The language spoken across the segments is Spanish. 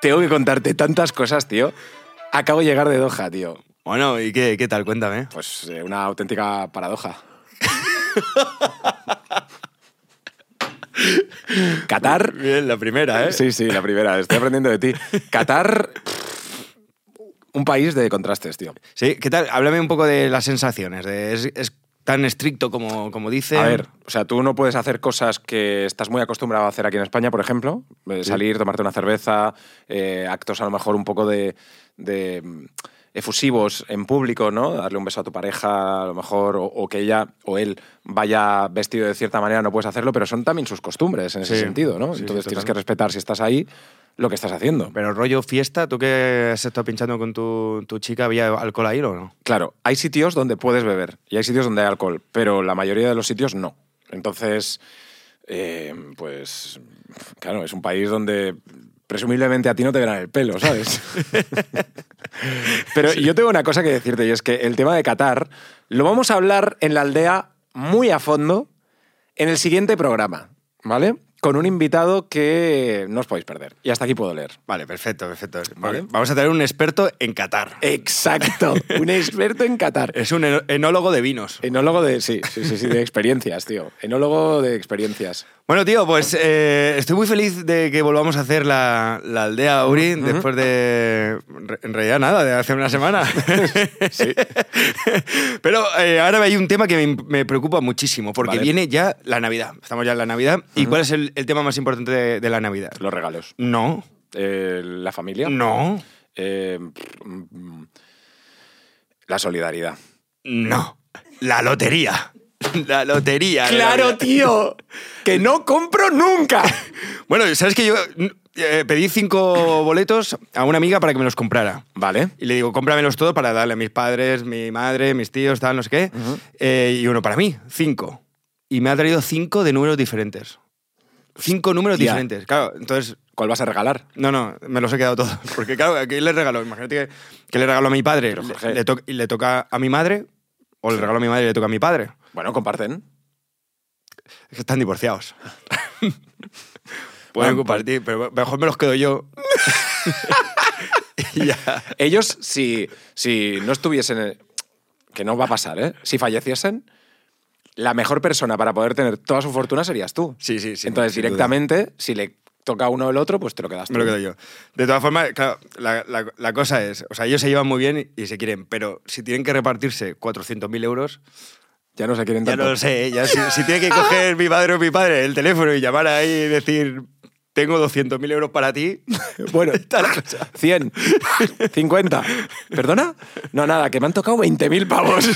tengo que contarte tantas cosas, tío. Acabo de llegar de Doha, tío. Bueno, ¿y qué, qué tal? Cuéntame. Pues eh, una auténtica paradoja. Qatar. Bien, la primera, ¿eh? Sí, sí, la primera. Estoy aprendiendo de ti. Qatar. pff, Un país de contrastes, tío. Sí, ¿qué tal? Háblame un poco de las sensaciones. de- es, es tan estricto como, como dice. A ver, o sea, tú no puedes hacer cosas que estás muy acostumbrado a hacer aquí en España, por ejemplo. Eh, Salir, tomarte una cerveza, eh, actos a lo mejor un poco de, de, mm, efusivos en público, ¿no? Darle un beso a tu pareja, a lo mejor, o, o que ella o él vaya vestido de cierta manera, no puedes hacerlo, pero son también sus costumbres en ese Sí. sentido, ¿no? Sí, sí, Entonces tienes que totalmente. respetar si estás ahí lo que estás haciendo. Pero rollo fiesta, ¿tú que has estado pinchando con tu, tu chica? ¿Había alcohol ahí o no? Claro, hay sitios donde puedes beber y hay sitios donde hay alcohol, pero la mayoría de los sitios no. Entonces, eh, pues, claro, es un país donde presumiblemente a ti no te verán el pelo, ¿sabes? pero yo tengo una cosa que decirte y es que el tema de Qatar lo vamos a hablar en la aldea muy a fondo en el siguiente programa, ¿vale? Con un invitado que no os podéis perder. Y hasta aquí puedo leer. Vale, perfecto, perfecto. Eh, Vale. Vamos a tener un experto en Qatar. Exacto, un experto en Qatar. Es un eno- enólogo de vinos. Enólogo de. Sí, sí, sí, sí, de experiencias, tío. Enólogo de experiencias. Bueno, tío, pues eh, estoy muy feliz de que volvamos a hacer la, la aldea Uri después de. re- En realidad, nada, de hace una semana. Sí. Pero eh, ahora hay un tema que me, me preocupa muchísimo, porque Vale. viene ya la Navidad. Estamos ya en la Navidad. ¿Y cuál es el, el tema más importante de, de la Navidad? Los regalos. No, Eh, la familia. no, Eh, mm, la solidaridad. no. La lotería. La lotería. de Navidad. tío! ¡Que no compro nunca! Bueno, ¿sabes que yo eh, pedí cinco boletos a una amiga para que me los comprara? Vale. Y le digo, cómpramelos todos para darle a mis padres, mi madre, mis tíos, tal, no sé qué. Eh, y uno para mí, cinco. Y me ha traído cinco de números diferentes. Cinco números Hostia. diferentes. Claro, entonces, ¿Cuál vas a regalar? no, no, me los he quedado todos. Porque claro, ¿a quién le regalo? Imagínate que, que le regalo a mi padre Pero, le- Jorge. le to- y le toca a mi madre, o le regalo a mi madre y le toca a mi padre. Bueno, comparten. Es que están divorciados. Pueden compartir, pero mejor me los quedo yo. Y ya. Ellos, si, si no estuviesen. eh, Que no va a pasar, ¿eh? Si falleciesen, la mejor persona para poder tener toda su fortuna serías tú. Sí, sí, sí. Entonces, sin duda. directamente, si le toca a uno o el otro, pues te lo quedas tú. Me lo quedo yo. De todas formas, claro, la, la- la cosa es, o sea, ellos se llevan muy bien y se quieren, pero si tienen que repartirse 400.000 euros, Ya no se quieren ya tanto. no lo sé, ¿eh? ya si, si tiene que coger mi madre o mi padre el teléfono y llamar ahí y decir, tengo 200.000 euros para ti, Bueno, tal cosa. 100, 50. ¿Perdona? No, nada, que me han tocado 20.000 pavos.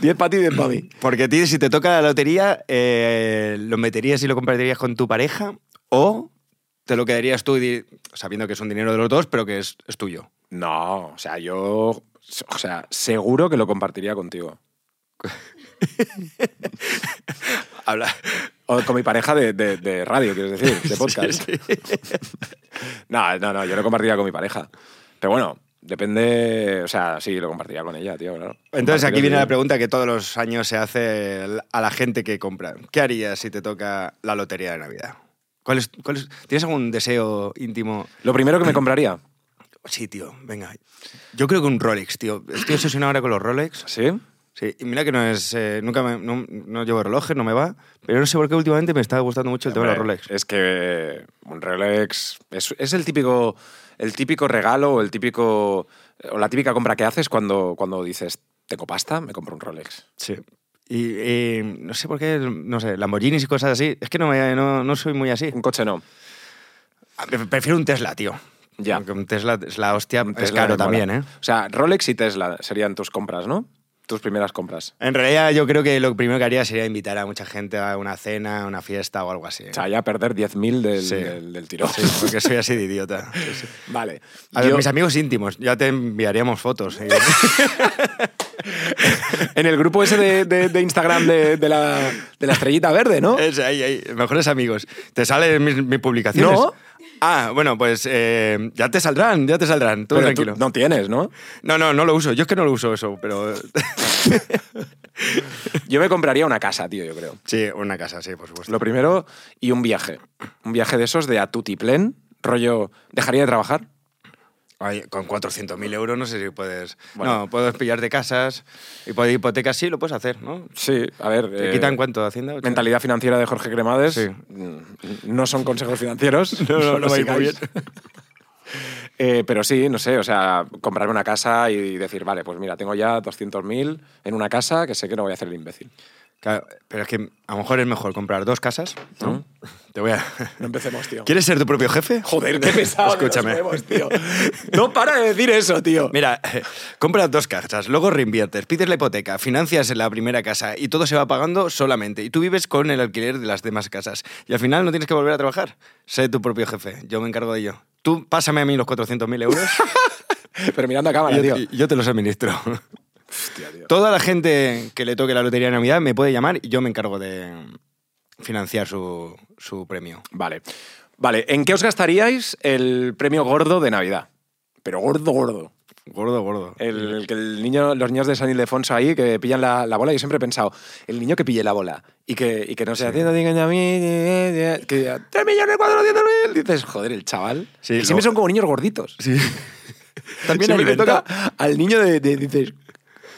10 para ti, 10 para mí. Porque tío, si te toca la lotería, eh, ¿lo meterías y lo compartirías con tu pareja o te lo quedarías tú y di- sabiendo que es un dinero de los dos, pero que es, es tuyo? No, o sea, yo. O sea, seguro que lo compartiría contigo. Habla. O con mi pareja de, de- de radio, quieres decir, de podcast. No, no, no, yo lo compartiría con mi pareja. Pero bueno, depende. O sea, sí, lo compartiría con ella, tío, claro. Entonces aquí Compartir- viene la pregunta que todos los años se hace el- a la gente que compra. ¿Qué harías si te toca la lotería de Navidad? ¿Cuál es- cuál es- ¿Tienes algún deseo íntimo? Lo primero que me compraría. Sí, tío, venga. Yo creo que un Rolex, tío. Estoy obsesionado ahora con los Rolex. ¿Sí? Sí, y mira que no es... eh, nunca me- no, no llevo relojes, no me va. Pero no sé por qué últimamente me está gustando mucho el tema de los Hombre, Rolex. Es que un Rolex es, es el típico el típico regalo o el típico o la típica compra que haces cuando, cuando dices tengo pasta, me compro un Rolex. Sí. Y eh, no sé por qué, no sé, Lamborghinis y cosas así. Es que no, me- no, no soy muy así. Un coche no. Ah, pre- Prefiero un Tesla, tío. Ya. Aunque un Tesla es la hostia, Un es Tesla caro me mola. también, ¿eh? O sea, Rolex y Tesla serían tus compras, ¿no? Tus primeras compras. En realidad yo creo que lo primero que haría sería invitar a mucha gente a una cena, a una fiesta o algo así. O sea, ya perder 10.000 del, Sí. del, del tirón. Sí, porque soy así de idiota. Sí, sí. Vale. A ver, Yo- mis amigos íntimos, ya te enviaríamos fotos. ¿eh? en el grupo ese de, de- de Instagram de, de la, de la estrellita verde, ¿no? Es ahí, ahí, mejores amigos. ¿Te salen mis, mis publicaciones? No. Ah, bueno, pues eh, ya te saldrán, ya te saldrán. Tú Pero tú tranquilo. no tienes, ¿no? No, no, no lo uso. Yo es que no lo uso eso, pero... Yo me compraría una casa, tío, yo creo. Pues sí, una casa, sí, por supuesto. Lo primero, y un viaje. Un viaje de esos de a tutiplén, Rollo, ¿dejaría de trabajar? Ay, con 400.000 euros no sé si puedes... Bueno. No, puedes pillarte casas, y por hipotecas sí lo puedes hacer, ¿no? Sí, a ver. ¿Te eh, quitan cuánto de Hacienda? Ocho. Mentalidad financiera de Jorge Cremades. Sí. Mm, No son consejos financieros. No, no, no los va a ir muy sigáis. Eh, pero sí, no sé, o sea, comprarme una casa y decir, vale, pues mira, tengo ya 200.000 en una casa que sé que no voy a hacer el imbécil. Claro, pero es que a lo mejor es mejor comprar dos casas, ¿no? Te voy a... No empecemos, tío. ¿Quieres ser tu propio jefe? Joder, qué pesado. que nos Escúchame. vemos, tío. No para de decir eso, tío. Mira, compras dos casas, luego reinviertes, pides la hipoteca, financias la primera casa y todo se va pagando solamente. Y tú vives con el alquiler de las demás casas. Y al final no tienes que volver a trabajar. Sé tu propio jefe, yo me encargo de ello. Tú pásame a mí los 400.000 euros Pero mirando a cámara, y yo, tío. y yo te los administro. Hostia, tío. Toda la gente que le toque la lotería de Navidad me puede llamar y yo me encargo de financiar su, su premio. Vale. Vale, ¿en qué os gastaríais el premio gordo de Navidad? Pero gordo, gordo. Gordo, gordo. El, el que el niño, los niños de San Ildefonso ahí que pillan la, la bola, yo siempre he pensado, el niño que pille la bola y que, y que no se atienda, diga, a mí, eh, eh, que diga, 3 millones 400 mil", dices, joder, el chaval. Sí, Que lo- siempre son como niños gorditos. Sí. También Siempre ahí le inventa. toca al niño de, de- dices,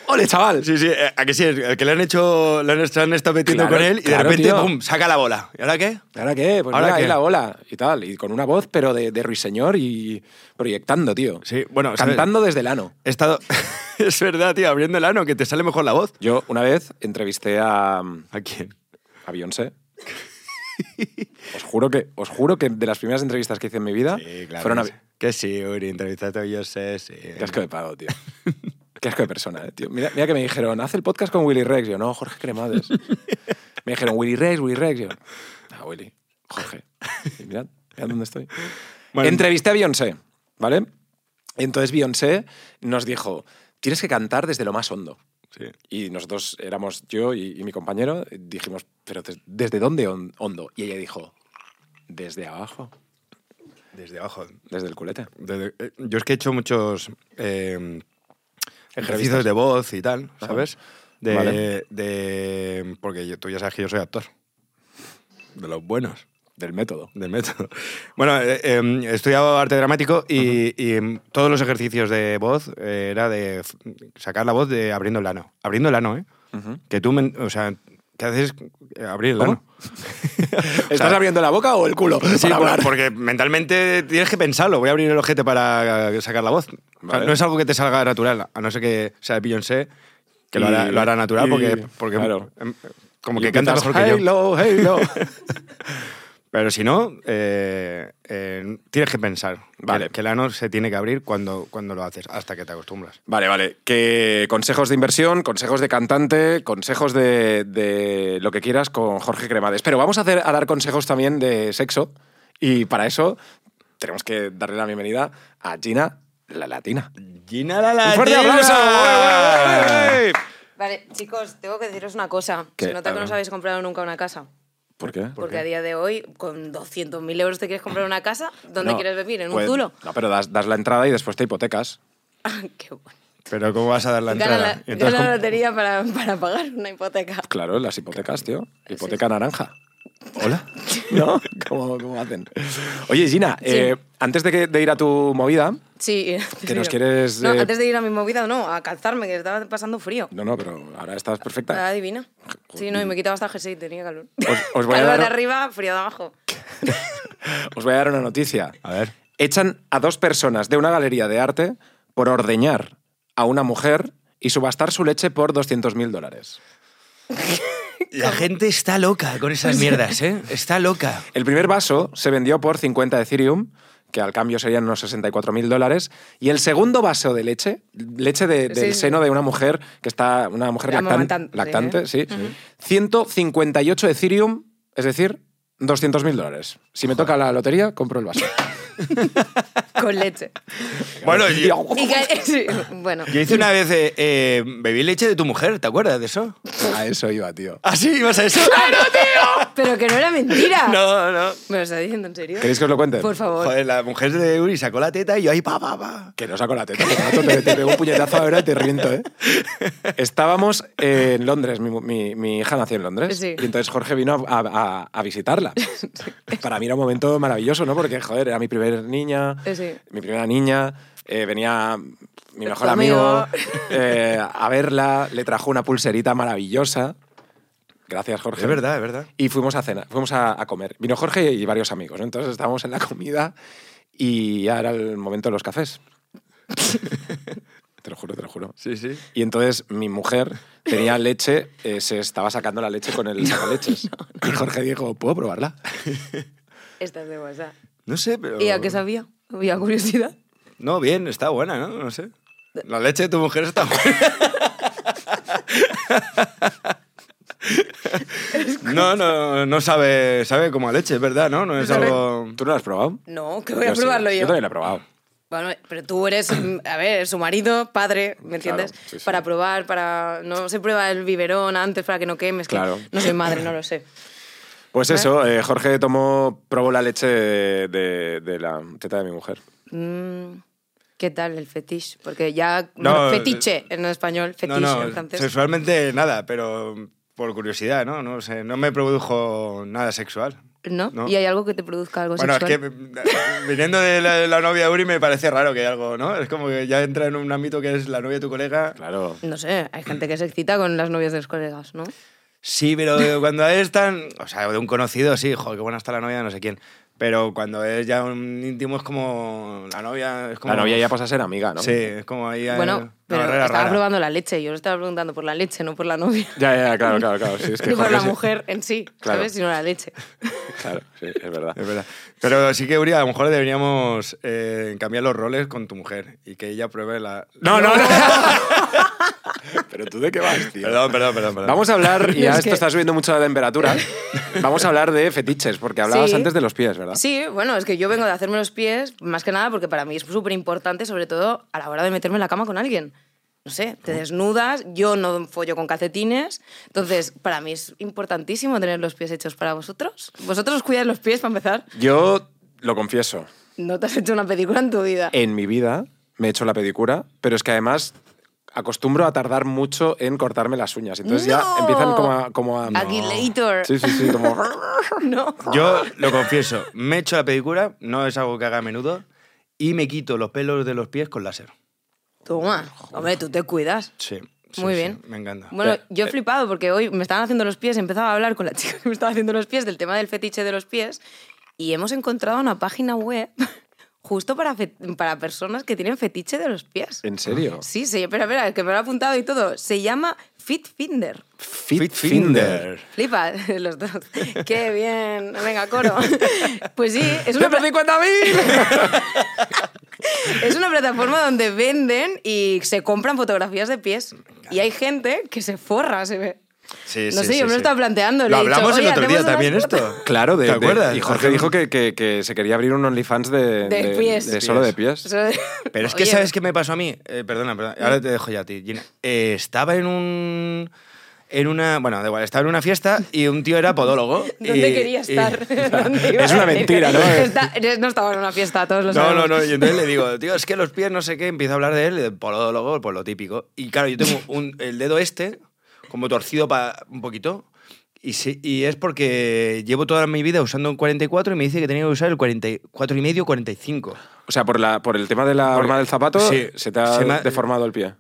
ole, chaval. Sí, sí, eh, a que sí, el que le han hecho, le han, se han estado metiendo Claro, con él y claro, de repente, tío. ¡pum!, saca la bola. ¿Y ahora qué? ¿Ahora qué? Pues ¿Ahora mira, ahí qué? la bola y tal, y con una voz pero de, de ruiseñor y proyectando, tío. Sí, bueno, ¿sabes? Cantando desde el ano. He estado... es verdad, tío, abriendo el ano, que te sale mejor la voz. Yo una vez entrevisté a, ¿A quién? a Beyoncé. Os juro, que, os juro que de las primeras entrevistas que hice en mi vida fueron a... Qué Que sí, Uri, entrevistaste a yo sé, sí. asco de pavo, tío. Qué asco de persona, eh, tío. Mira, mira que me dijeron, haz el podcast con Willy Rex. Yo, no, Jorge Cremades. me dijeron, Willy Rex, Willy Rex. Yo, ah, Willy, Jorge. Y mirad, mirad dónde estoy. Bueno. Entrevisté a Beyoncé, ¿vale? Entonces Beyoncé nos dijo, tienes que cantar desde lo más hondo. Sí. Y nosotros éramos yo y, y mi compañero, eh, dijimos, ¿pero des- desde dónde hon- hondo? Y ella dijo, desde abajo, Desde abajo. desde el culete. Desde- eh, yo es que he hecho muchos eh, ejercicios de voz y tal, ¿sabes? De, Vale. de- porque yo- tú ya sabes que yo soy actor. De los buenos. Del método. Del método. Bueno, eh, eh, he estudiado arte dramático y, y, em, todos los ejercicios de voz eh, era de f- sacar la voz de abriendo el ano. Abriendo el ano, ¿eh? Que tú, men- o sea, ¿qué haces? Eh, Abrir el ¿Cómo? ano. ¿Estás abriendo la boca o el culo? Sí, para por- hablar? porque mentalmente tienes que pensarlo. Voy a abrir el ojete para sacar la voz. O sea, Vale. no es algo que te salga natural, a no ser que sea de Beyoncé, que lo, Y- hará, lo hará natural y- porque, porque claro. em, como Y que canta empiezas, mejor que yo. Halo, halo. Pero si no, eh, eh, tienes que pensar. Vale. Que, que el ano se tiene que abrir cuando, cuando lo haces, hasta que te acostumbras. Vale, vale. Que consejos de inversión, consejos de cantante, consejos de, de lo que quieras con Jorge Cremades. Pero vamos a, hacer, a dar consejos también de sexo. Y para eso tenemos que darle la bienvenida a Gina, la latina. Gina la ¡Un fuerte aplauso! ¡Ué, ué, ué, ué! Vale, chicos, tengo que deciros una cosa. ¿Qué? Se nota A que no ver. os habéis comprado nunca una casa. ¿Por qué? Porque a día de hoy, con 200.000 euros te quieres comprar una casa, ¿dónde No, quieres vivir? ¿En pues- un zulo? No, pero das, das la entrada y después te hipotecas. Qué bueno. Pero ¿cómo vas a dar la Gana entrada? la, Y entonces, gana la ¿cómo- lotería para, para pagar una hipoteca. Claro, las hipotecas, tío. Hipoteca naranja. Hola. ¿No? ¿Cómo, cómo hacen? Oye, Gina, eh, antes de, que- de ir a tu movida. Sí. antes Que de nos ir- quieres, No, eh, antes de ir a mi movida, no, a calzarme, que estaba pasando frío. No, no, pero ahora estás Estaba perfecta. divina. Sí, no, y me quitaba hasta el jersey, tenía calor. Os, os voy a calor de dar, arriba, frío de abajo. os voy a dar una noticia. A ver. Echan a dos personas de una galería de arte por ordeñar a una mujer y subastar su leche por 200.000 dólares. La gente está loca con esas mierdas, ¿eh? Está loca. El primer vaso se vendió por 50 Ethereum, que al cambio serían unos 64.000 dólares, y el segundo vaso de leche, leche de- Sí, del sí. seno de una mujer que está, una mujer lactan- Amamantante, lactante, ¿eh? sí, 158 Ethereum, es decir, 200.000 dólares. Si me toca la lotería, compro el vaso. Con leche. Bueno, yo, ¡oh! Y que- sí, bueno. yo hice una vez, eh, eh, bebí leche de tu mujer, ¿te acuerdas de eso? A eso iba, tío. ¿Ah, sí? ¿Ibas a eso? Pero que no era mentira. No, no. ¿Me lo está diciendo en serio? ¿Queréis que os lo cuente? Por favor. Joder, la mujer de Uri sacó la teta y yo ahí, pa, pa, pa. Que no saco la teta, porque, macho, te, te pego un puñetazo ahora y te reviento, ¿eh? Estábamos en Londres, mi, mi- mi hija nació en Londres, Sí. y entonces Jorge vino a, a- a- a visitarla. Para mí era un momento maravilloso, ¿no? Porque, joder, era mi primer niña, Eh, sí. mi primera niña, eh, venía mi Tu mejor amigo. amigo eh, a verla, le trajo una pulserita maravillosa. Gracias, Jorge. Es verdad, es verdad. Y fuimos a cenar, fuimos a, a comer. Vino Jorge y varios amigos. ¿no? Entonces estábamos en la comida y ya era el momento de los cafés. te lo juro, te lo juro. Sí, sí. Y entonces mi mujer tenía leche, eh, se estaba sacando la leche con el sacaleches. Y Jorge dijo, ¿puedo probarla? Esta es de WhatsApp. No sé, pero... ¿Y a qué sabía? Había curiosidad. No, bien, está buena, ¿no? No sé. La leche de tu mujer está buena. No, no, no sabe, sabe como a leche, es verdad, ¿no? No es Sabe- algo... ¿Tú no la has probado? No, que voy a sí. probarlo Yo yo. también la he probado. Bueno, pero tú eres, mm, a ver, su marido, padre, ¿me entiendes? Claro, sí, sí. Para probar, para... No se prueba el biberón antes para que no quemes. que Claro. no soy madre, no lo sé. Pues ¿Eh? eso, eh, Jorge tomó, probó la leche de, de- de la teta de mi mujer. Mm, ¿Qué tal el fetiche? Porque ya... No, fetiche en español, No, fetiche no, en francés. sexualmente nada, pero por curiosidad, ¿no? No sé, no me produjo nada sexual. ¿No? no. ¿Y hay algo que te produzca algo Bueno, es sexual? que eh, viniendo de la, de la novia de Uri me parece raro que hay algo, ¿no? Es como que ya entra en un ámbito que es la novia de tu colega. Claro. No sé, hay gente que se excita con las novias de los colegas, ¿no? Sí, pero eh, cuando es tan... O sea, de un conocido, sí, joder, qué buena está la novia de no sé quién. Pero cuando es ya un íntimo es como... La novia es como... La novia ya pasa a ser amiga, ¿no? Sí, es como ahí... eh, bueno, una pero barrera estaba rara. probando la leche. Yo lo estaba preguntando por la leche, no por la novia. Ya, ya, claro, claro, claro. Sí, es que Ni por Jorge la se- mujer en sí, Claro. ¿sabes? Sino la leche. Claro, sí, es verdad. Es verdad. Pero sí que, Uri, a lo mejor deberíamos eh, cambiar los roles con tu mujer y que ella pruebe la... No, no, no. Pero tú de qué vas, tío. Perdón, perdón, perdón. perdón. Vamos a hablar, y Es ya esto que- está subiendo mucho la temperatura, vamos a hablar de fetiches, porque hablabas Sí. antes de los pies, ¿verdad? Sí, bueno, es que yo vengo de hacerme los pies, más que nada porque para mí es súper importante, sobre todo a la hora de meterme en la cama con alguien. No sé, te desnudas, yo no follo con calcetines, entonces para mí es importantísimo tener los pies hechos para vosotros. ¿Vosotros os cuidáis los pies para empezar? Yo lo confieso, No te has hecho una película en tu vida. en mi vida me he hecho la pedicura, pero es que además acostumbro a tardar mucho en cortarme las uñas. Entonces ya ¡No! empiezan como a... Como a- Aguilator. Sí, sí, sí, como... No. Yo lo confieso, me echo la pedicura, no es algo que haga a menudo, y me quito los pelos de los pies con láser. Toma, hombre, tú te cuidas. Sí. sí, Muy sí, bien. me encanta. Eh, Bueno, Pero, yo he flipado porque hoy me estaban haciendo los pies, empezaba a hablar con la chica que me estaba haciendo los pies del tema del fetiche de los pies y hemos encontrado una página web justo para, fe- para personas que tienen fetiche de los pies. ¿En serio? Sí, sí, espera, espera, es que me lo he apuntado y todo. Se llama Fitfinder. Fitfinder. Flipa, los dos. ¡Qué bien! Venga, coro. Pues sí, es una, ¡Pepe pla- 50.000! es una plataforma donde venden y se compran fotografías de pies. Y hay gente que se forra, se ve. Sí, No sí, sé, sí, yo me lo sí. estaba Lo planteando. le he dicho, hablamos el "Oye, otro día hacemos unas también fotos". esto. Claro, de, ¿Te de- acuerdas? y Jorge dijo que, que- que se quería abrir un OnlyFans de, De pies. de solo de pies. Pero es que, Oye, Mm. ¿sabes qué me pasó a mí? Eh, perdona, perdona, ahora te dejo ya a ti, Gina. Eh, estaba en un... En una, bueno, da igual, estaba en una fiesta y un tío era podólogo. ¿Dónde y- quería y- estar? ¿Dónde iba Es a una venir? mentira, ¿no? Está- no estaba en una fiesta, todos lo No, sabemos. no, no. Y entonces le digo, tío, es que los pies, no sé qué, empiezo a hablar de él, y del podólogo, por lo típico. Y claro, yo tengo un- el dedo este, como torcido pa- un poquito. Y, sí- y es porque llevo toda mi vida usando un 44 y me dice que tenía que usar el 44 y medio, 45. O sea, por, la, por el tema de la Porque- horma del zapato, sí, se te ha se me ha- deformado el pie.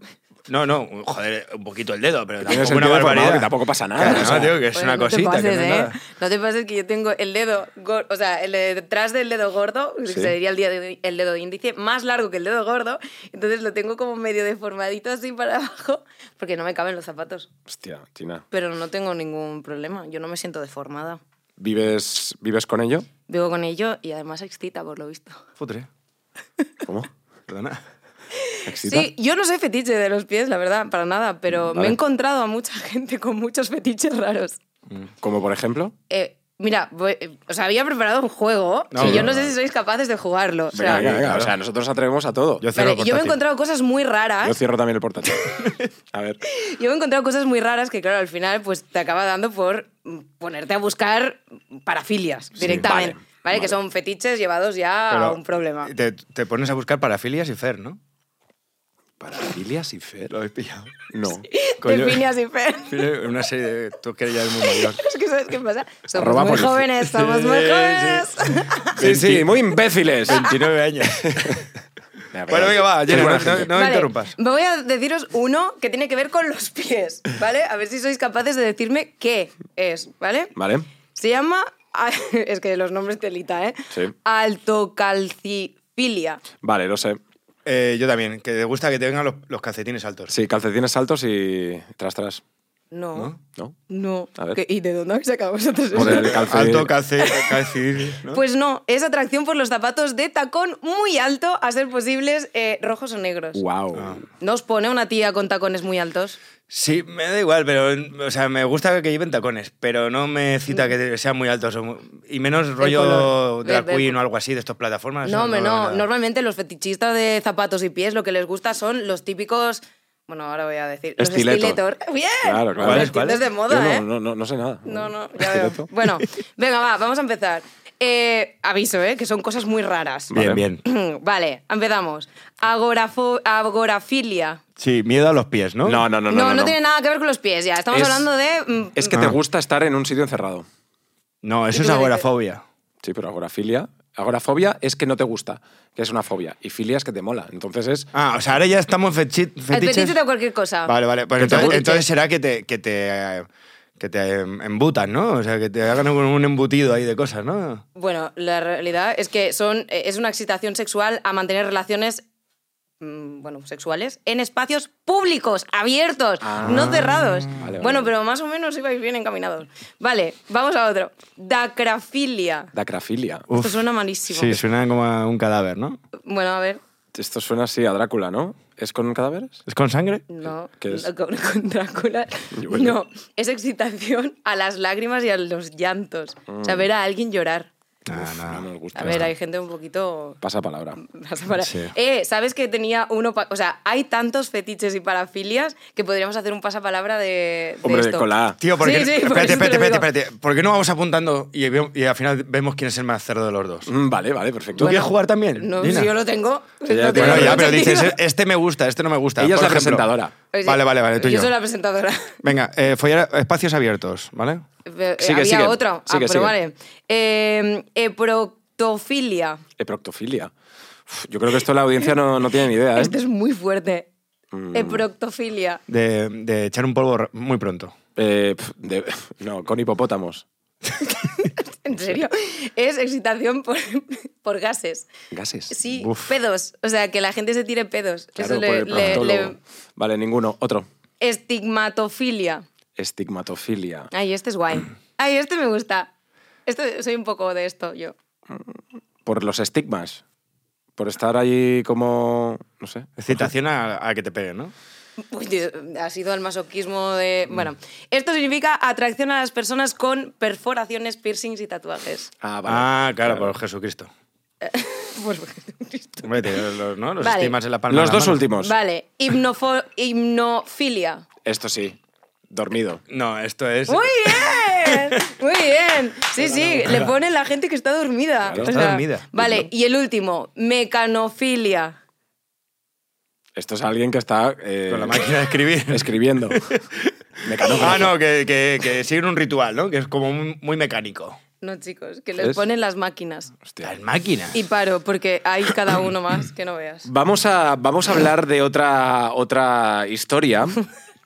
No, no, joder, un poquito el dedo, pero Tiene tampoco una sentido deformado, barbaridad. que tampoco pasa nada, Claro, o sea. no, tío, que es Oye, una Pues no te cosita. que pases, no es ¿eh? nada. No te pases que yo tengo el dedo, gor- o sea, el de detrás del dedo gordo, que Sí. sería el, día de- el dedo índice, más largo que el dedo gordo, entonces lo tengo como medio deformadito así para abajo, porque no me caben los zapatos. Hostia, China. Pero no tengo ningún problema, yo no me siento deformada. ¿Vives, ¿Vives con ello? Vivo con ello y además excita, por lo visto. Futre, ¿Cómo? perdona. ¿Excita? Sí, yo no soy fetiche de los pies, la verdad, para nada, pero me Vale. he encontrado a mucha gente con muchos fetiches raros. Mm. Como por ejemplo. Eh, mira, voy- eh, os había preparado un juego No, y yo no, no, sé no. si sois capaces de jugarlo. o sea, venga, venga, venga. O claro. sea, nosotros atrevemos a todo. ¿Ah? Yo, Yo cierro vale, yo me he portátil. encontrado cosas muy raras. cierro también el portátil. a ver. Yo me he encontrado cosas muy raras que, claro, al final pues te acaba dando por mm, ponerte a buscar parafilias directamente. vale, vale, que son fetiches llevados ya a Pero eh, un problema. Te, te pones a buscar parafilias y Fer, ¿no? ¿Para Filias y Fer? Lo habéis pillado. No. Coño. Define así, Fer. Fíjate, Una serie de. Tú que eres ya el mundo mayor. Es que ¿sabes qué pasa? Somos Arroba muy policía. jóvenes, somos muy Sí, sí. jóvenes. Sí, sí, muy imbéciles. pues, 29 años. bueno, venga, va, Jenny, no, no- no me Vale, interrumpas. Voy a deciros uno que tiene que ver con los pies, ¿vale? A ver si sois capaces de decirme qué es, ¿vale? Vale. Se llama. Es que los nombres telita, ¿eh? Sí. Altocalcifilia. Vale, lo sé. Eh, yo también, que te gusta que te vengan los, los calcetines altos. Sí, calcetines altos y tras tras. No. ¿No? No. A ver. ¿Qué- ¿Y de dónde habéis sacado vosotros Por eso? el calce- Alto calce, calcetín, ¿no? Pues no, es atracción por los zapatos de tacón muy alto, a ser posibles eh, rojos o negros. Wow. ¿No os pone una tía con tacones muy altos? Sí, me da igual, pero o sea, me gusta que lleven tacones, pero no me cita que sean muy altos o muy- y menos rollo Mm. color. drag Ve- ve- queen o algo así de estas plataformas. No, eso hombre, me va no. nada. Normalmente los fetichistas de zapatos y pies lo que les gusta son los típicos. Bueno, ahora voy a decir. Los Estileto. estiletor. ¡Bien! Claro, claro. Lo ¿Cuáles, entiendes cuáles? de moda, Yo ¿eh? no, no, no, no sé nada. No, no, ya veo. Estileto. Bueno, venga, va, vamos a empezar. Eh, aviso, ¿eh? Que son cosas muy raras. Bien, Vale. bien. Vale, empezamos. Agorafo- agorafilia. Sí, miedo a los pies, ¿no? No, no, no, no. No, no, tiene nada que ver con los pies ya. Estamos Es- hablando de. mm, Es que te Ah. gusta estar en un sitio encerrado. No, eso ¿Y es tú qué agorafobia. Sí, pero agorafilia. Agorafobia es que no te gusta, que es una fobia. Y filia es que te mola. Entonces es. Ah, o sea, ahora ya estamos en fechi- El fetiches. fetiche de cualquier cosa. Vale, vale. Pues Que te entonces, guste. entonces será que te, que te, eh, que te em, embutan, ¿no? O sea, que te hagan un- un embutido ahí de cosas, ¿no? Bueno, la realidad es que son, eh, es una excitación sexual a mantener relaciones mm, bueno, sexuales en espacios públicos, abiertos, no cerrados. Ah. vale. bueno, pero más o menos ibais bien encaminados. Vale, vamos a otro. Dacrafilia. Dacrafilia. Uf. Esto suena malísimo. Sí, suena como a un cadáver, ¿no? Bueno, a ver. Esto suena así a Drácula, ¿no? ¿Es con cadáveres? ¿Es con sangre? No, ¿Qué es? no, con, con Drácula. Bueno. No, es excitación a las lágrimas y a los llantos. O Mm. sea, ver a alguien llorar. Ah, no. No nos gusta. A ver, hay gente un poquito Pasa palabra. Vas a parar. Sí. Eh, ¿sabes que tenía uno? pa- O sea, hay tantos fetiches y parafilias que podríamos hacer un pasapalabra de, de Hombre, esto. con la A. Tío, porque. Sí, sí, por espérate, eso te espérate, lo espérate, digo. espérate. ¿Por qué no vamos apuntando y, ve- y al final vemos quién es el más cerdo de los dos? Mm, Vale, vale, perfecto. ¿Tú quieres jugar también? No, Dina? si yo lo tengo. Sí, ya no te- tengo Bueno, ya, mucho pero sentido. dices, este me gusta, este no me gusta. Ella es por la ejemplo. presentadora. Oye, Vale, vale, vale, tú y yo. yo. soy la presentadora. Venga, eh, follar a- espacios abiertos, ¿vale? Eh, Sigue, Había sigue, otro. sigue, ah, pero sigue. vale. Eh, eproctofilia. Eproctofilia. Uf, yo creo que esto la audiencia no, no tiene ni idea, ¿eh? Este es muy fuerte. Mm. Eproctofilia. De, de echar un polvo r- muy pronto. Eh, pf, de- no, con hipopótamos. ¿En serio? Es excitación por, por gases. Gases. Sí, Uf. pedos. O sea, que la gente se tire pedos. Claro, Eso por le, el le- proctólogo. le- Vale, ninguno. Otro. Estigmatofilia. Estigmatofilia. Ay, este es guay. Ay, este me gusta. Este, soy un poco de esto yo. Por los estigmas. Por estar ahí como. No sé. Excitación a, a que te peguen, ¿no? Uy, tío, ha sido el masoquismo de... Bueno, esto significa atracción a las personas con perforaciones, piercings y tatuajes. Ah, ah, claro, por Jesucristo. Pues, Hombre, te- los, ¿no? los Vale. estimas en la palma. de Los la dos mano. últimos. vale, hipnofo- hipnofilia. Esto sí. Dormido. No, esto es. Muy bien, muy bien. Sí, sí, le ponen la gente que está dormida. Claro. O Está sea, dormida. Vale, y el último, mecanofilia. Esto es alguien que está. eh, Con la máquina de escribir. Escribiendo. Mecanógrafo. Ah, no, que, que, que siguen un ritual, ¿no? Que es como un- muy mecánico. No, chicos, que les ¿Es? ponen las máquinas. Hostia. Las máquinas. Y paro, porque hay cada uno más, que no veas. Vamos a, vamos a hablar de otra, otra historia.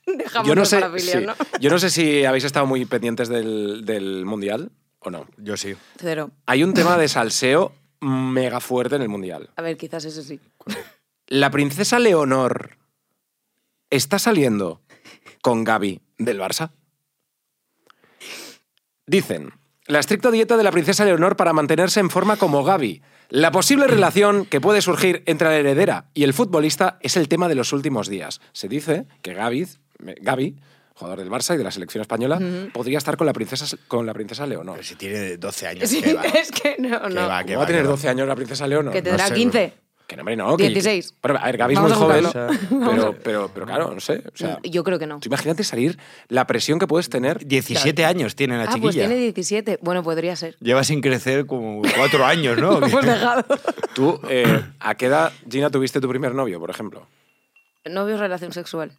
Dejamos Yo no, los sé, parafilias, sí. ¿no? Yo no sé si habéis estado muy pendientes del, del Mundial o no. Yo sí. Cero. Hay un tema de salseo mega fuerte en el Mundial. A ver, quizás eso sí. La princesa Leonor está saliendo con Gaby del Barça. Dicen, la estricta dieta de la princesa Leonor para mantenerse en forma como Gaby. La posible relación que puede surgir entre la heredera y el futbolista es el tema de los últimos días. Se dice que Gaby, Gaby jugador del Barça y de la selección española, podría estar con la princesa, con la princesa Leonor. Pero si tiene 12 años, Sí, ¿qué va? es que no, ¿Qué no. va? ¿Cómo va a tener que va? 12 años la princesa Leonor? Que te- tendrá sé, 15. Que no, hombre, no. Que, 16. Bueno, a ver, Gaby es muy Vamos a joven. buscarlo. Pero, pero, pero claro, no sé. o sea, Yo creo que no. tú imagínate salir la presión que puedes tener. 17 años tiene la Ah, chiquilla. pues tiene 17. Bueno, podría ser. Lleva sin crecer como 4 años, ¿no? Pues Lo hemos dejado. Tú, eh, ¿a qué edad, Gina, tuviste tu primer novio, por ejemplo? No veo relación sexual.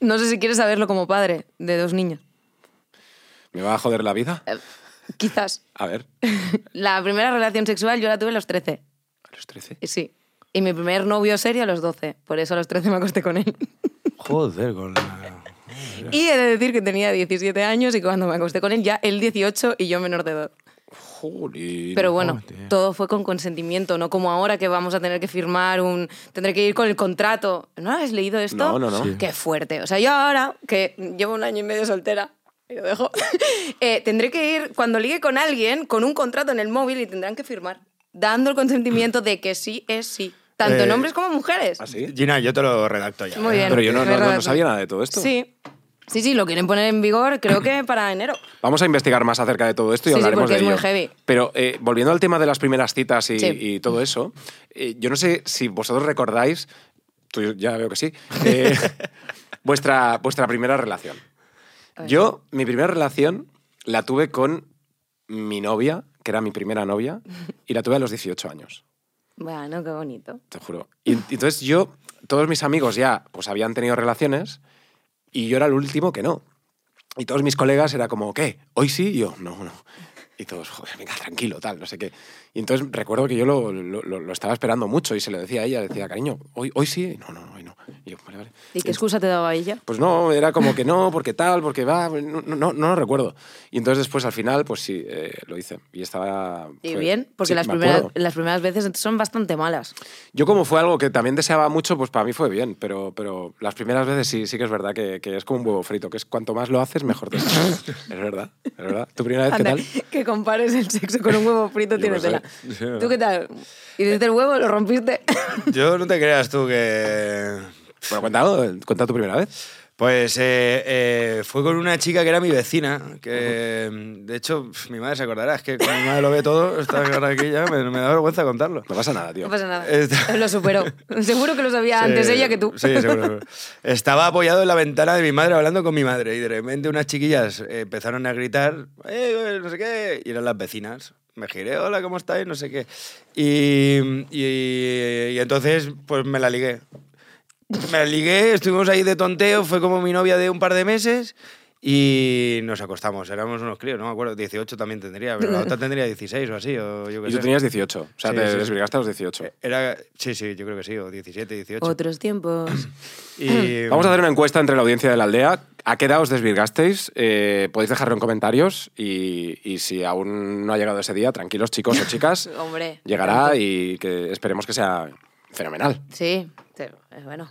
No sé si quieres saberlo como padre de dos niños. ¿Me va a joder la vida? Eh, Quizás. A ver, La primera relación sexual yo la tuve a los 13. a los 13. Y Sí. Y mi primer novio serio a los 12. Por eso a los 13 me acosté con él. Joder, con la... Y he de decir que tenía 17 años y cuando me acosté con él ya él 18 y yo menor de edad. Jolín. Pero bueno, Joder. todo fue con consentimiento, no como ahora que vamos a tener que firmar un... Tendré que ir con el contrato. ¿No has leído esto? No, no, no. Sí. Qué fuerte. O sea, yo ahora, que llevo un año y medio soltera, y lo dejo, eh, tendré que ir, cuando ligue con alguien, con un contrato en el móvil y tendrán que firmar, dando el consentimiento de que sí es sí. Tanto en Eh, hombres como mujeres. ¿Así? Gina, yo te lo redacto ya. ¿eh? Muy bien. Pero yo no, es no- no- verdad. no sabía nada de todo esto. Sí. Sí, sí, lo quieren poner en vigor, creo que para enero. Vamos a investigar más acerca de todo esto y Sí, sí, hablaremos porque de es muy ello. heavy. Pero eh, volviendo al tema de las primeras citas y, Sí. y todo eso, eh, yo no sé si vosotros recordáis, tú ya veo que sí, eh, vuestra, vuestra primera relación. A ver. Yo, mi primera relación la tuve con mi novia, que era mi primera novia, y la tuve a los 18 años Bueno, qué bonito. te juro. Y en- y entonces yo, todos mis amigos ya pues habían tenido relaciones y yo era el último que no. Y todos mis colegas era como, ¿qué? ¿Hoy sí? Y yo, no, no. Y todos, joder, venga, tranquilo, tal, no sé qué. Y entonces recuerdo que yo lo, lo- lo- lo estaba esperando mucho y se lo decía a ella, le decía, cariño, ¿hoy, hoy sí? Y, no, no, hoy no. Y yo, vale, vale. ¿Y qué excusa te daba ella? Pues no, era como que no, porque tal, porque va, no, no, no, no lo recuerdo. Y entonces después al final, pues sí, eh, lo hice. Y estaba... Y fue- bien, porque Pues sí, las, me primeras, acuerdo. las primeras veces son bastante malas. Yo como fue algo que también deseaba mucho, pues para mí fue bien, pero, pero las primeras veces sí, sí que es verdad que, que es como un huevo frito, que es cuanto más lo haces, mejor te sale. Es verdad, es verdad. ¿Tu primera vez qué Anda, tal? que compares el sexo con un huevo frito Yo tiene no sé. tela. ¿Tú qué tal? ¿Hiciste el huevo? ¿Lo rompiste? Yo no te creas tú que... Bueno, cuenta, cuenta tu primera vez. Pues eh, eh, fue con una chica que era mi vecina, que de hecho pf, mi madre se acordará, es que como mi madre lo ve todo, está ahora aquí ya, me, me da vergüenza contarlo. No pasa nada, tío. No pasa nada. Esta- Lo superó. Seguro que lo sabía antes Sí, ella que tú. Sí, seguro, seguro. Estaba apoyado en la ventana de mi madre hablando con mi madre y de repente unas chiquillas eh, empezaron a gritar, "Eh, eh, no sé qué, y eran las vecinas. Me giré, hola, ¿cómo estáis? No sé qué. Y, y- y entonces, pues me la ligué. Me la ligué, estuvimos ahí de tonteo, fue como mi novia de un par de meses y nos acostamos. Éramos unos críos, no me acuerdo, 18 también tendría, pero la otra tendría 16 o así, o yo qué Y tú sé. tenías 18, o sea, Sí, te sí. Eh, desbrigaste a los 18. Era, sí, sí, yo creo que sí, o 17, 18. Otros tiempos. Y, Vamos a hacer una encuesta entre la audiencia de la aldea. ¿A qué edad os desvirgasteis? Eh, podéis dejarlo en comentarios y, y si aún no ha llegado ese día, tranquilos chicos o chicas, Hombre. llegará y que esperemos que sea fenomenal. Sí. pero, eh, Bueno.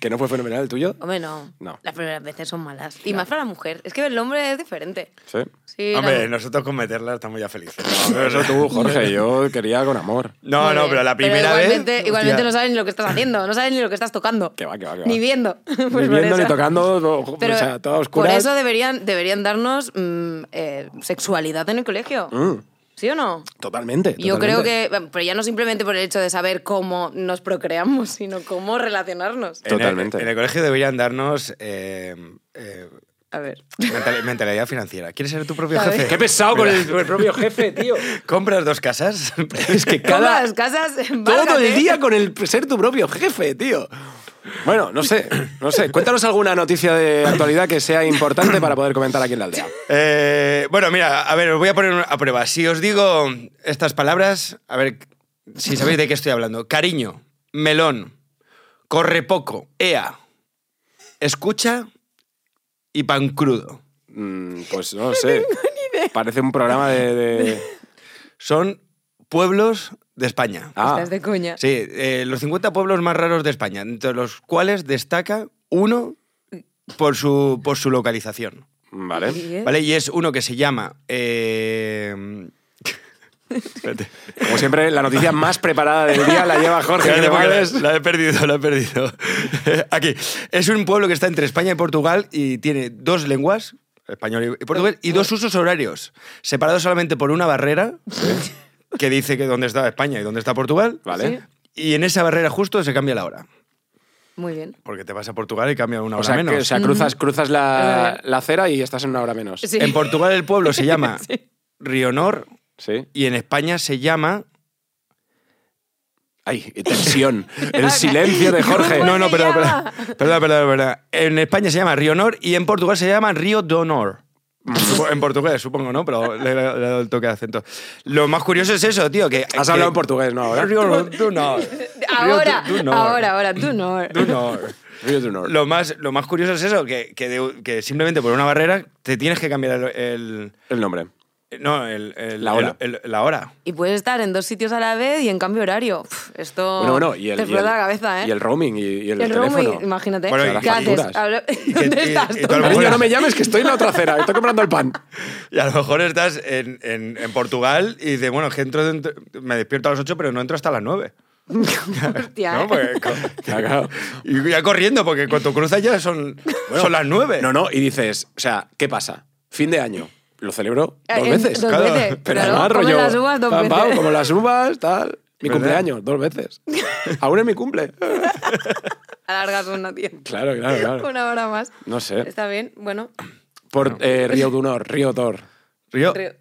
¿Que no fue fenomenal el tuyo? Hombre, no. No. Las primeras veces son malas. Y más para la mujer. Es que el hombre es diferente. Sí. Sí, la Hombre, mujer- nosotros con meterla estamos ya felices. Pero eso tú, Jorge, yo quería con amor. No, Muy no, bien. pero la primera igualmente, vez. Igualmente hostia, no sabes ni lo que estás haciendo, no sabes ni lo que estás tocando. Que va, que va, que va. Ni viendo. Pues por ni viendo ni eso. tocando, no, Pero o sea, todo oscuro. por eso deberían, deberían darnos mm, eh, sexualidad en el colegio. ¿Sí o no? Mm, Totalmente. Yo creo totalmente. que, pero ya no simplemente por el hecho de saber cómo nos procreamos, sino cómo relacionarnos. en el- Totalmente. En el, colegio deberían darnos eh, eh, A ver. mental- mentalidad financiera. ¿Quieres ser tu propio ¿Sabes? jefe? Qué pesado con el, con el propio jefe, tío. ¿Compras dos casas? Es que Cada cada. las casas, Todo válgate. el día con el ser tu propio jefe, tío. Bueno, no sé, no sé. Cuéntanos alguna noticia de actualidad que sea importante para poder comentar aquí en la aldea. Eh, bueno, mira, a ver, os voy a poner a prueba. Si os digo estas palabras, a ver si sabéis de qué estoy hablando. Cariño, melón, corre poco, ea, escucha y pan crudo. Mm, pues no lo sé. Parece un programa de. de- Son pueblos de España. Ah, Estás de coña. Sí, eh, los 50 pueblos más raros de España, entre los cuales destaca uno por su, por su localización. vale. Sí, ¿eh? ¿Vale? Y es uno que se llama. eh, espérate. Como siempre, la noticia más preparada del día la lleva Jorge. Espérate, porque Revales. la, la he perdido, la he perdido. Aquí. Es un pueblo que está entre España y Portugal y tiene dos lenguas, español y portugués, y dos usos horarios, separados solamente por una barrera que dice que dónde está España y dónde está Portugal. Vale. Y en esa barrera justo se cambia la hora. Muy bien. Porque te vas a Portugal y cambia una hora O sea, menos. que- o sea, cruzas, cruzas la, Ajá. la acera y estás en una hora menos. Mm. Sí. En Portugal el pueblo se llama Sí. Rionor Sí. y en España se llama Ay, tensión. El silencio de Jorge. ¿Cómo No, no, se perdón, perdón, llama? perdón, perdón, perdón. En España se llama Río Honor y en Portugal se llama Río do Honor. Supo- En portugués, supongo, ¿no? Pero le, le he dado el toque de acento. Lo más curioso es eso, tío, que... Has que- hablado en portugués, ¿no? Ahora. Río do Honor. Ahora, Río do- do Honor. ahora, ahora, tú no. Do Honor. Río de honor. Lo más, lo más curioso es eso, que, que de- que simplemente por una barrera te tienes que cambiar el... El nombre. el- no, el, el- La hora. el- el- la hora. Y puedes estar en dos sitios a la vez y en cambio horario. Pf, Esto Bueno, bueno, y el, Oh, te y el- explota la cabeza, ¿eh? Y el roaming y, y el, El roaming, teléfono. imagínate. Bueno, y ¿Qué las haces? facturas. eh, Hablo- Y que- ¿Dónde y- estás? y tú? todo el Cariño, Bueno. no me llames, que estoy en la otra acera. Estoy comprando el pan. Y a lo mejor estás en, en- en Portugal y dices, bueno, es que entro dentro- me despierto a las 8, pero no entro hasta las 9. Hostia. ¿No? pues, Porque co- Claro, claro. y ya corriendo, porque cuando cruzas ya son, Bueno, son las 9. No, no, y dices, o sea, ¿qué pasa? Fin de año. Lo celebro Eh, dos en- veces. dos claro, veces, Pero claro. además, Como rollo. las uvas dos pam, pam, veces. como las uvas, tal. Mi ¿Verdad? cumpleaños, dos veces. Aún es mi cumple. Alargas una, tío. Claro, claro, claro. Una hora más. No sé. Está bien, bueno. Por eh, Río Dunor, Río Tor. Río, Río-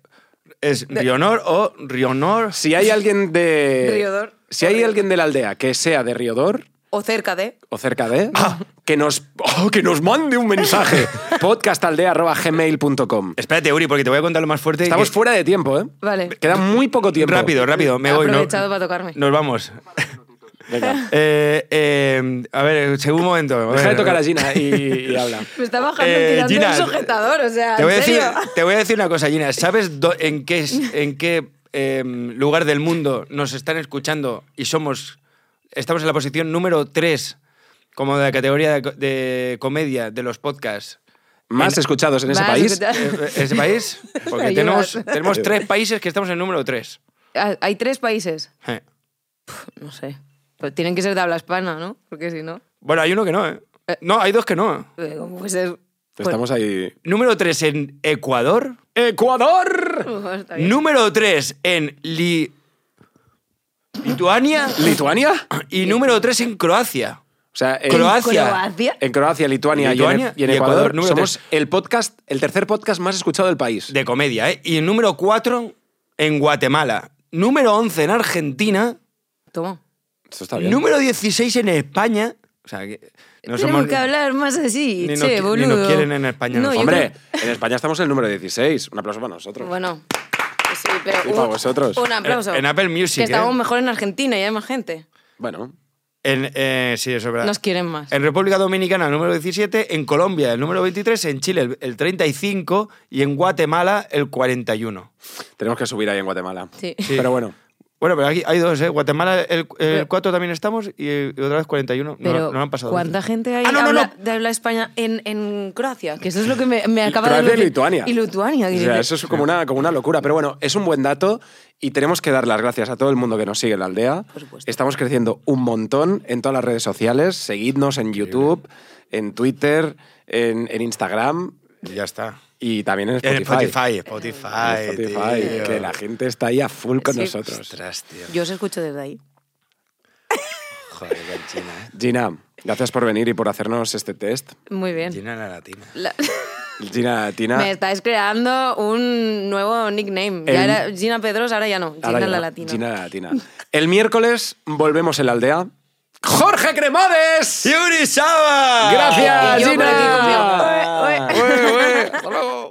¿Es Rionor o Rionor? Si hay alguien de. Riodor. Si hay alguien de la aldea que sea de Riodor O cerca de. o cerca de. Que nos, oh, que nos mande un mensaje. podcastaldea.gmail.com. Espérate, Uri, porque te voy a contar lo más fuerte. Estamos que- fuera de tiempo, ¿eh? Vale. Queda muy poco tiempo. Rápido, rápido, me Ha voy. ¿no? aprovechado para tocarme. Nos vamos. Venga. Eh, eh, a ver, según un momento. a Deja de ver. tocar a Gina y, y habla. Me está bajando Eh, tirando Gina, el sujetador, o sea, Te voy, a ¿en decir, serio? te voy a decir una cosa, Gina. ¿Sabes do- en qué, es- en qué em, lugar del mundo nos están escuchando y somos. Estamos en la posición número 3 como de la categoría de, co- de comedia de los podcasts? Más escuchados en ese Más país. escuchados. Eh, ¿Ese país? Porque Ayudas. tenemos, tenemos tres países que estamos en el número 3. Ah, Hay tres países. No sé. Pero tienen que ser de habla hispana, ¿no? Porque si no. Bueno, hay uno que no, ¿eh? No, hay dos que no. eh, ¿Cómo puede ser? pues Estamos ahí. Número 3 en Ecuador. ¡Ecuador! Bueno, está bien. Número 3 en Li- Lituania. ¿Lituania? Y número 3 en Croacia. O sea, en Croacia. Croacia. En Croacia, Lituania, y en- Lituania y en, y Ecuador, Ecuador, número somos el podcast, el tercer podcast más escuchado del país. De comedia, ¿eh? Y número 4 en Guatemala. Número 11 en Argentina. Toma. Esto está Ah, bien. Número 16 en España. O sea, que no Tenemos somos... que hablar más así, ni nos che, qui- ni boludo. nos quieren en España No, yo Hombre, en España estamos en el número 16. Un aplauso para nosotros. creo- Bueno. pues Sí, pero Sí, un, para vosotros. un aplauso. En- en Apple Music, Que estamos ¿eh? mejor en Argentina y hay más gente. Bueno, En, eh, sí, eso es verdad. Nos quieren más. Eh, En República Dominicana el número 17, en Colombia el número 23, en Chile el, el 35 y en Guatemala el 41. tenemos que subir ahí en Guatemala. Sí. Sí. Pero bueno, Bueno, pero aquí hay dos, ¿eh? Guatemala el, el 4 también estamos y, y otra vez 41. No, Pero, no, han pasado. ¿cuánta gente hay Ah, no, no, habla- no. de habla España en, en Croacia? Que eso es lo que me, me Eh, acaba Croacia de... y Lituania. Y Lituania. que O sea, dice- eso es como una, como una locura. Pero bueno, es un buen dato y tenemos que dar las gracias a todo el mundo que nos sigue en la aldea. Por supuesto. Estamos creciendo un montón en todas las redes sociales. Seguidnos en YouTube, en Twitter, en, en Instagram Y ya está. y también en En Spotify. Spotify, Spotify. En Spotify, tío. que la gente está ahí a full con Sí. nosotros. Ostras, tío. Yo os escucho desde ahí. Joder, con China, ¿eh? Gina, gracias por venir y por hacernos este test. Muy bien. China la latina. La- Gina, Tina. Me estáis creando un nuevo nickname. Ya El- era Gina Pedros, ahora ya no. Gina ahora ya la no, Latina. Gina la latina. El miércoles volvemos en la aldea. ¡Jorge Cremades! ¡Yuri Saba! Gracias, Y yo por aquí Gina. conmigo. Ué, ué. Ué, ué. Hasta luego.